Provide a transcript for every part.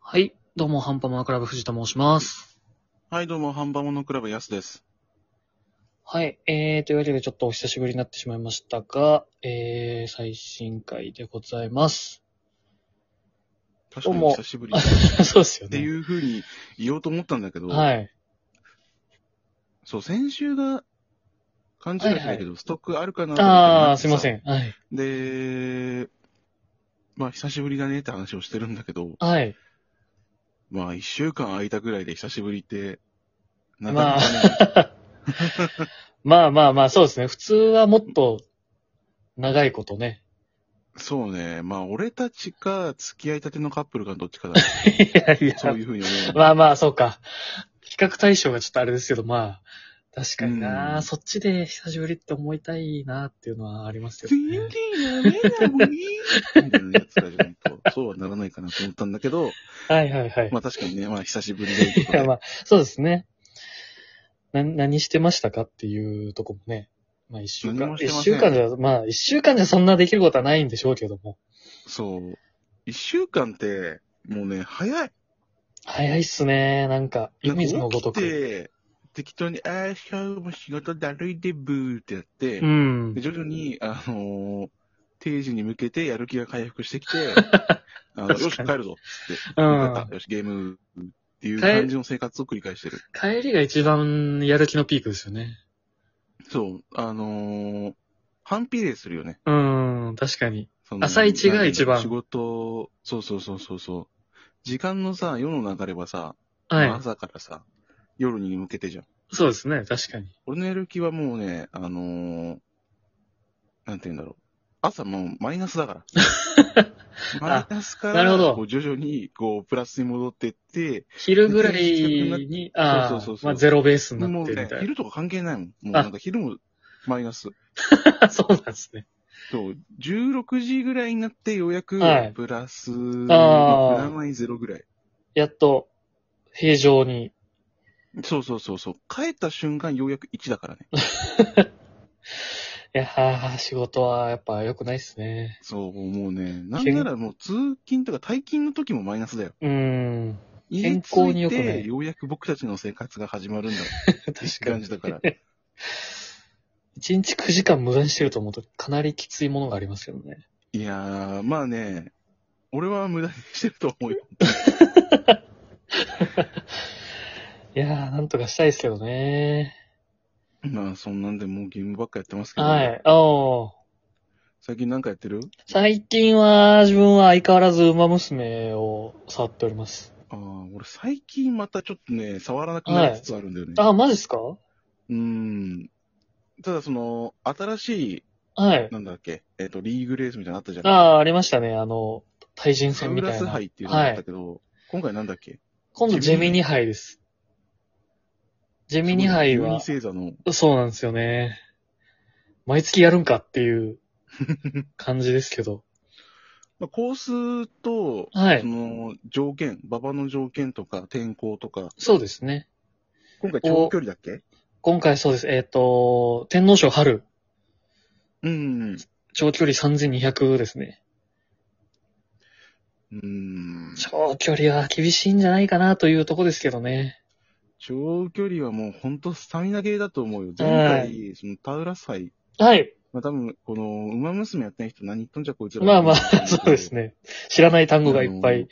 はい。どうも、ハンパマークラブ藤田申します。はい、どうも、ハンバモノクラブ、ヤスです。はい。えー、というわけでちょっとお久しぶりになってしまいましたが、えー、最新回でございます。 確どかうにも久しぶり。っそうですよてね。いう風に言おうと思ったんだけど、はい。そう、先週が勘違いしたんだけど、はいはストックあるかなと思ってあー、すいません。ん。はい。で、まあ、久しぶりだねって話をしてるんだけど、はい。まあ、一週間空いたぐらいで久しぶりって、なかまなあかね、まあまあまあ、そうですね。普通はもっと、長いことね。 そうね、まあ、俺たちか、付き合いたてのカップルかどっちかだ、ね、いやいや。そういう風に思う。 まあまあ、そうか。比較対象がちょっとあれですけど、まあ、確かにな、うんそっちで久しぶりって思いたいなっていうのはありますよ全然ね。やめなのに。 みたいなやつだじゃないと、そうはならないかなと思ったんだけど、はいはいはい。まあ確かにね、まあ久しぶりでい や、まあ、そうですね。な、何してましたかっていうとこもね。まあ一週何間も、して一ません週間じゃ、まあ一週間じゃそんなできることはないんでしょうけども。そう。一週間って、もうね、早い。早いっすね、なんか、湯水のごとなんか起く。きて、適当に、ああ、今日も仕事だるいでブーってやって、うんで。徐々に、あのー定時に向けてやる気が回復してきて、 あの確かによし、帰るぞっつって、うよかんった。よし、ゲームっていう感じの生活を繰り返してる。帰りが一番やる気のピークですよね。そう、あのー反比例するよね。うん、確かに。その朝一が一番仕事、そうそうそうそうそう。時間のさ、世の流れはさ、はい。朝からさ、夜に向けてじゃん。そうですね、確かに。俺のやる気はもうね、あのー、なんて言うんだろう。朝もうマイナス だから。マイナスかなるほら、どこう徐々に、こう、プラスに戻ってって、昼ぐらいに、あそあうそうそう、そまうあゼロベースになっもうてみねた、い昼とか関係ないもん。もうなんか昼もマイナス。な。 そうなんですね。そう、16時ぐらいになってようやくはい、プラス、あープラマイゼロぐらい。やっと、平常に。そうそうそうそう。帰った瞬間ようやく1だからね。いやー、仕事はやっぱ良くないっすね。そう、もうね。なんならもう通勤とか退勤の時もマイナスだよ。うーん。家健着康に良いくないて、ようやく僕たちの生活が始まるんだ確ってか感に。じだから。 1日9時間無駄にしてると思うと、かなりきついものがありますけどね。いやー、まあね、俺は無駄にしてると思う よ。いやー、なんとかしたいですけどね。まあそんなんでもうゲームばっかやってますけど、はい。おー最近なんかやってる最近は、自分は相変わらず馬娘を触っております。ああ、俺最近またちょっとね、触らなくなりつつあるんだよね。あ、マジっすかうーん。ただその、新しい、はい。なんだっけ、えっ、と、リーグレースみたいなのあったじゃんあ。あ、ありましたね。あの、対人サ戦ウみたラいスな。杯っていうのがあったけど、今回なんだっけ今度ジェミニ杯です。ジェミニ杯ジェミはニ、星座の、そうなんですよね。毎月やるんかって いう感じですけど。まあ、コースと、はいそ。の条件、馬場の条件とか天候とか、そうですね。今回長距離だっけ今回そうです。えっ、と、天皇賞春、うん。う長距離3200ですね。ーん。長距離は厳しいんじゃないかなというとこですけどね。長距離はもう本当スタミナ系だと思うよ。前は回、そのタウラス杯、はい。まあ多分、この、馬娘やってない人何言っとんじゃこいつら。まあま あ、そうですね。ね。知らない単語がいっぱい。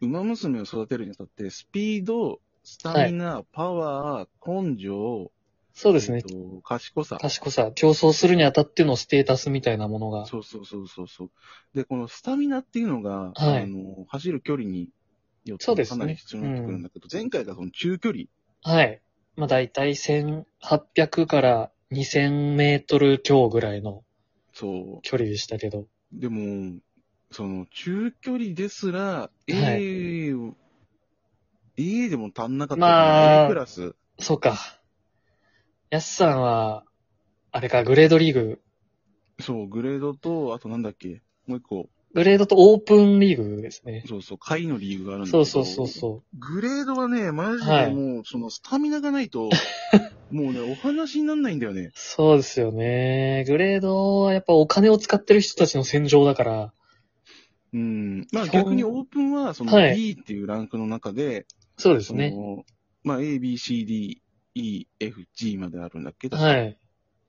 馬娘を育てるにあたって、スピード、スタミナ、パワー、根性、そうですねえ。ーと賢さ。賢さ、競争するにあたってのステータスみたいなものが。そうそうそうそうそう。で、このスタミナっていうのが、はいあの走る距離によっそうでてすかねなり必要になってくるんだけど、前回がその中距離。はい。まあ大体1800から2000メートル強ぐらいのそ距離でしたけど。う。でも、その中距離ですら、A、A でも足んなかったまあ A クラス。そうか。やすさんは、あれか、グレードリーグ。そう、グレードと、あとなんだっけ、もう一個、グレードとオープンリーグですね。そうそう、下位のリーグがあるんだけそど。うそうそうそう。グレードはね、マジはでいもう、そのスタミナがない と、もうね、お話になんないんだよね。そうですよね。グレードはやっぱお金を使ってる人たちの戦場だから、うん。まあ基本逆にオープンは、そのはい B っていうランクの中で、そうですそね。の、まあ A, B, C, D, E, F, G まであるんだけど、。はいい。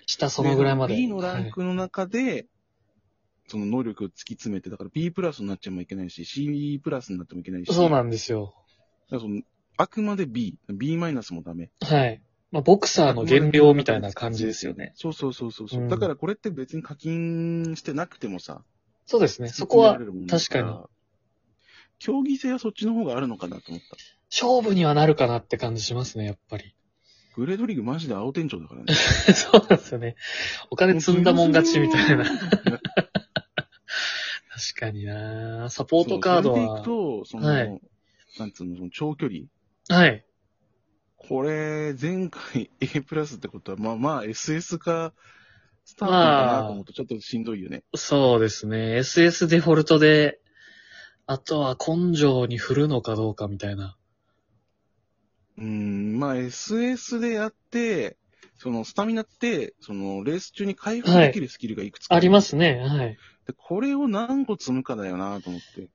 下そのぐらいまで。 B のランはいクの中で、その能力を突き詰めて、だから B プラスになっちゃもいけないし、C プラスになってもいけないし。そうんだなんですよ。からそのあくまで B、B マイナスもダメ。はい。まあ、ボクサーの減量みたいな感じですよね。そうそうそうそう。ううんだからこれって別に課金してなくてもさ、そうですね。そこは、確かにに。競技性はそっちの方があるのかなと思った。勝負にはなるかなって感じしますね、やっぱり。 グレードリーグマジで青天井だからね。そうなんですよね。お金 積んだもん勝ちみたいな。確 かになサポートカードはそう。それでいくと、その、はいなんつうの、その長距離。はい。これ、前回 A プラスってことは、まあまあ SS か、スタートかなと思うとちょっとしんどいよね。そうですね。SS デフォルトで、あとは根性に振るのかどうかみたいな。うん、まあ SS でやって、そのスタミナって、そのレース中に回復はいできるスキルがいくつか、。ありますすね。はい。で、これを何個積むかだよなと思って。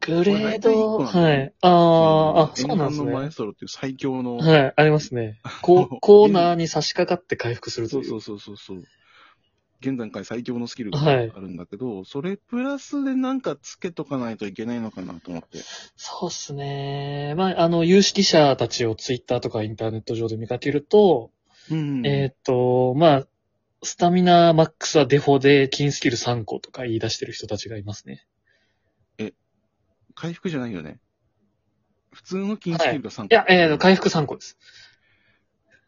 グレード、これ大体一個なんはだよい。ああ、あ、そうなんで N1 すのマエね。ストロっていう最強の、はい、あります ね。コーコーナーに差し掛かって回復するとそいうう。そうそうそうそう。現段階最強のスキルがあはいるんだけど、それプラスでなんかつけとかないといけないのかなと思って。そうっすね。まあ、あの、有識者たちをツイッターとかインターネット上で見かけると、うん。えーっと、まあ、スタミナマックスはデフォで、金スキル3個とか言い出してる人たちがいますね。回復じゃないよね。普通の金スキルが3個。いや、えー、回復3個です。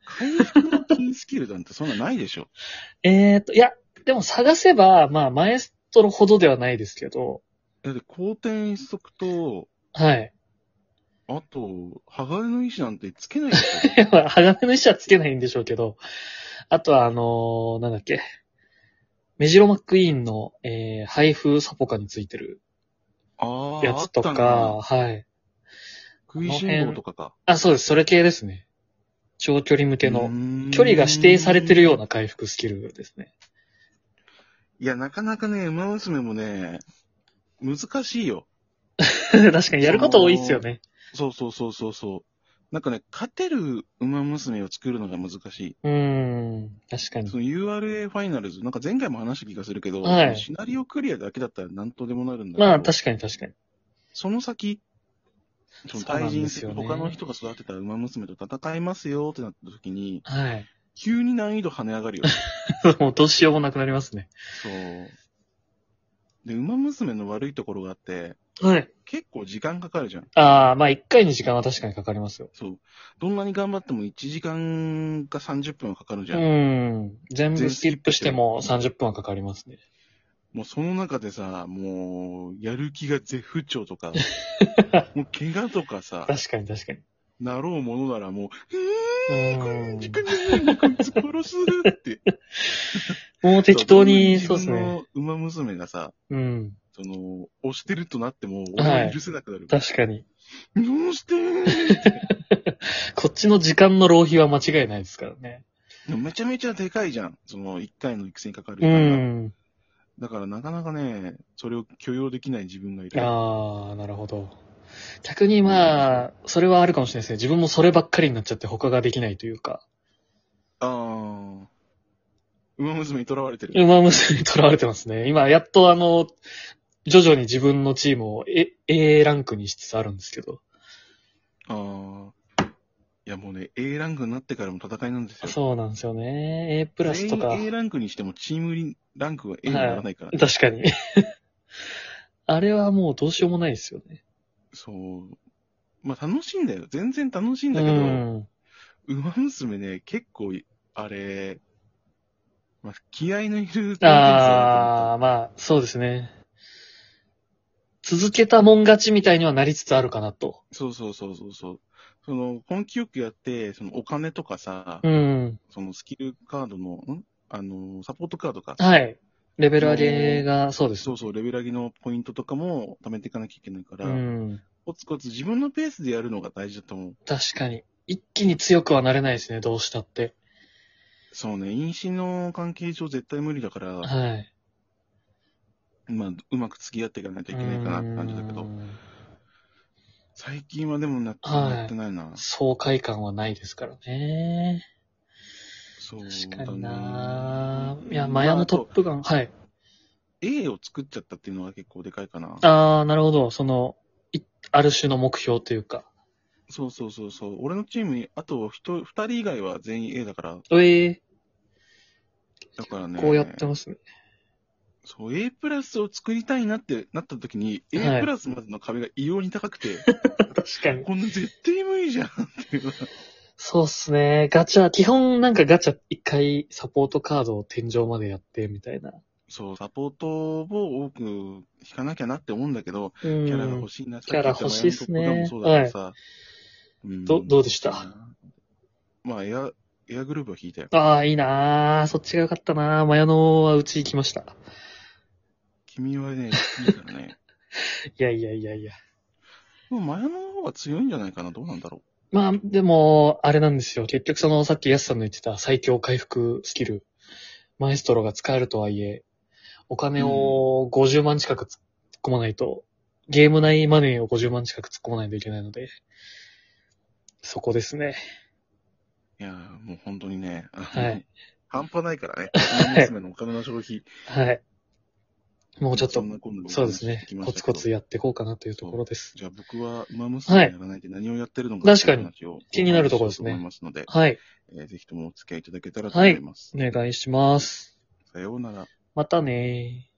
回復の金スキルなんてそんなないで しょ。えーっと、いや、でも探せば、まあ、マエストロほどではないですけど、だって、後転一足と、はい。 あと、鋼の意志なんてつけないでしいやまあ鋼の石はつけないんでしょうけど、あとはあのーなんだっけ、メジロマックイーンの、えー、配布サポカについてる ょ。ああ、やつとあったなか、はい。食いしん坊とかか。あ、そうです。それ系ですね。長距離向けの、の距離が指定されてるような。回復スキルですね。 いや、なかなかね、馬娘もね、難しいよ。確かにやること多いっすよね。そうそうそうそうそう。なんかね、勝てる馬娘を作るのが難しい。うーん、確かに。その URA ファイナルズ、なんか前回も話した気がするけど、はいシナリオクリアだけだったら何とでもなるんだけど、まあ確かに確かに。その先、そのそうな対んで人す戦、よね他の人が育てた馬娘と戦いますよってなった時に、はい。 急に難易度跳ね上がるよね。もうどうしようもなくなりますね。そう。で、馬娘の悪いところがあって、はい。結構時間かかるじゃん。ああ、まあ一回に時間は確かにかかりますよ。そう。どんなに頑張っても1時間か30分はかかるじうゃん。ーん。全部全スキップしても30分はかかりますね。もうその中でさ、もう、やる気が絶不調とか、もう怪我とかさ、確かに確かに。なろうものならもう、ううーん、こーんん時間にないこいつ殺すって。もう適当に、そうです自分ね。の馬娘がさ、うん。その、押してるとなっても、俺は許せなくなる。確かに。どうしてーってこっちの時間の浪費は間違いないですからね。でもめちゃめちゃでかいじゃん。その、一回の育成にかかるう時間が。ん。だからなかなかね、それを許容できない自分がいる。ああ、なるほど。逆にまあ、それはあるかもしれないですね。自分もそればっかりになっちゃって他ができないというか。あー。馬娘に囚われてる。馬娘に囚われてますね。今、やっとあの、徐々に自分のチームを A, A ランクにしつつあるんですけど。あー。いやもうね、A ランクになってからも戦いなんですよ。そうなんですよね。A プラスとか全。員 A ランクにしてもチームランクは A にならないから、ね確かに。 あれはもうどうしようもないですよね。そう。まあ楽しいんだよ。全然楽しいんうだけど、ん。馬娘ね、結構、あれ、まあ、気合いのいるああ。あ、まあ、そうですね。続けたもん勝ちみたいにはなりつつあるかなと。そうそうそうそうそう。その、本気よくやって、そのお金とかさ、うん。そのスキルカードの、んあの、サポートカードか。はい。レベル上げが、そうです。そうそう、レベル上げのポイントとかも貯めていかなきゃいけないから、うん。コツコツ自分のペースでやるのが大事だと思う。確かに。一気に強くはなれないですね、どうしたって。そうね、飲酒の関係上絶対無理だから、はい。まあ、うまく付き合っていかないといけないかなって感じだけうど、ん最近はでもなっはいやってないな。爽快感はないですからね。そう確だかになな。いや、マヤのトップガン、はい。 A を作っちゃったっていうのが結構でかいかな。あー、なるほど。その、いある種の目標というか。そうそうそうそう。俺のチームに、あと人、二人以外は全員 A だから、ええだからね。こうやってますね。そう、A プラスを作りたいなってなった時に、はい A プラスまでの壁が異様に高く て、確かに。こんな絶対無理じゃんっていう。そうっすね。ガチャ、基本なんかガチャ一回サポートカードを天井までやってみたいな。そう、サポートを多く引かなきゃなって思うんだけど、キキャャラが欲しいな、キャラ欲しいっすねさっき言ったマヤのトップガンもそうだけどさ、うんどどうでしたまあ、エア、エアグループは引いたよ。ああ、いいなーそっちが良かったなーマヤノはうち行きました。君はね、いいから ね。いやいやいやいや。でも、マヤの方が強いんじゃないかな、どうなんだろまあ、でも、あれなんですよ。結局その、さっきヤスさんの言ってた最強回復スキル。マエストロが使えるとはいえ、お金を50万近く突っ込まないと、ゲーム内マネーを50万近く突っ込まないといけないので、そこですね。う。いやー、もう本当にね、あのはい半端ないからね、ウマ娘のお金の消費。はい。もうちょっとそん、な今度そうですね。コツコツや。やっていこうかなというところです。じゃあ僕は、ウマ娘やらないで何をやってるのか、はい確かにに気になるところですね思いますので、はい。えーぜひともお付き合いいただけたらと思います。お願いします。さようなら。またねー。